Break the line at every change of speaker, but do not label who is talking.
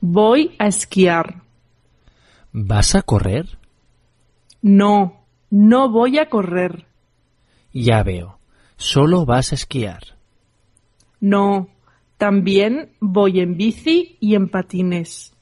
Voy a esquiar.
¿Vas a correr?
No, no voy a correr.
Ya veo. Solo vas a esquiar.
No, también voy en bici y en patines.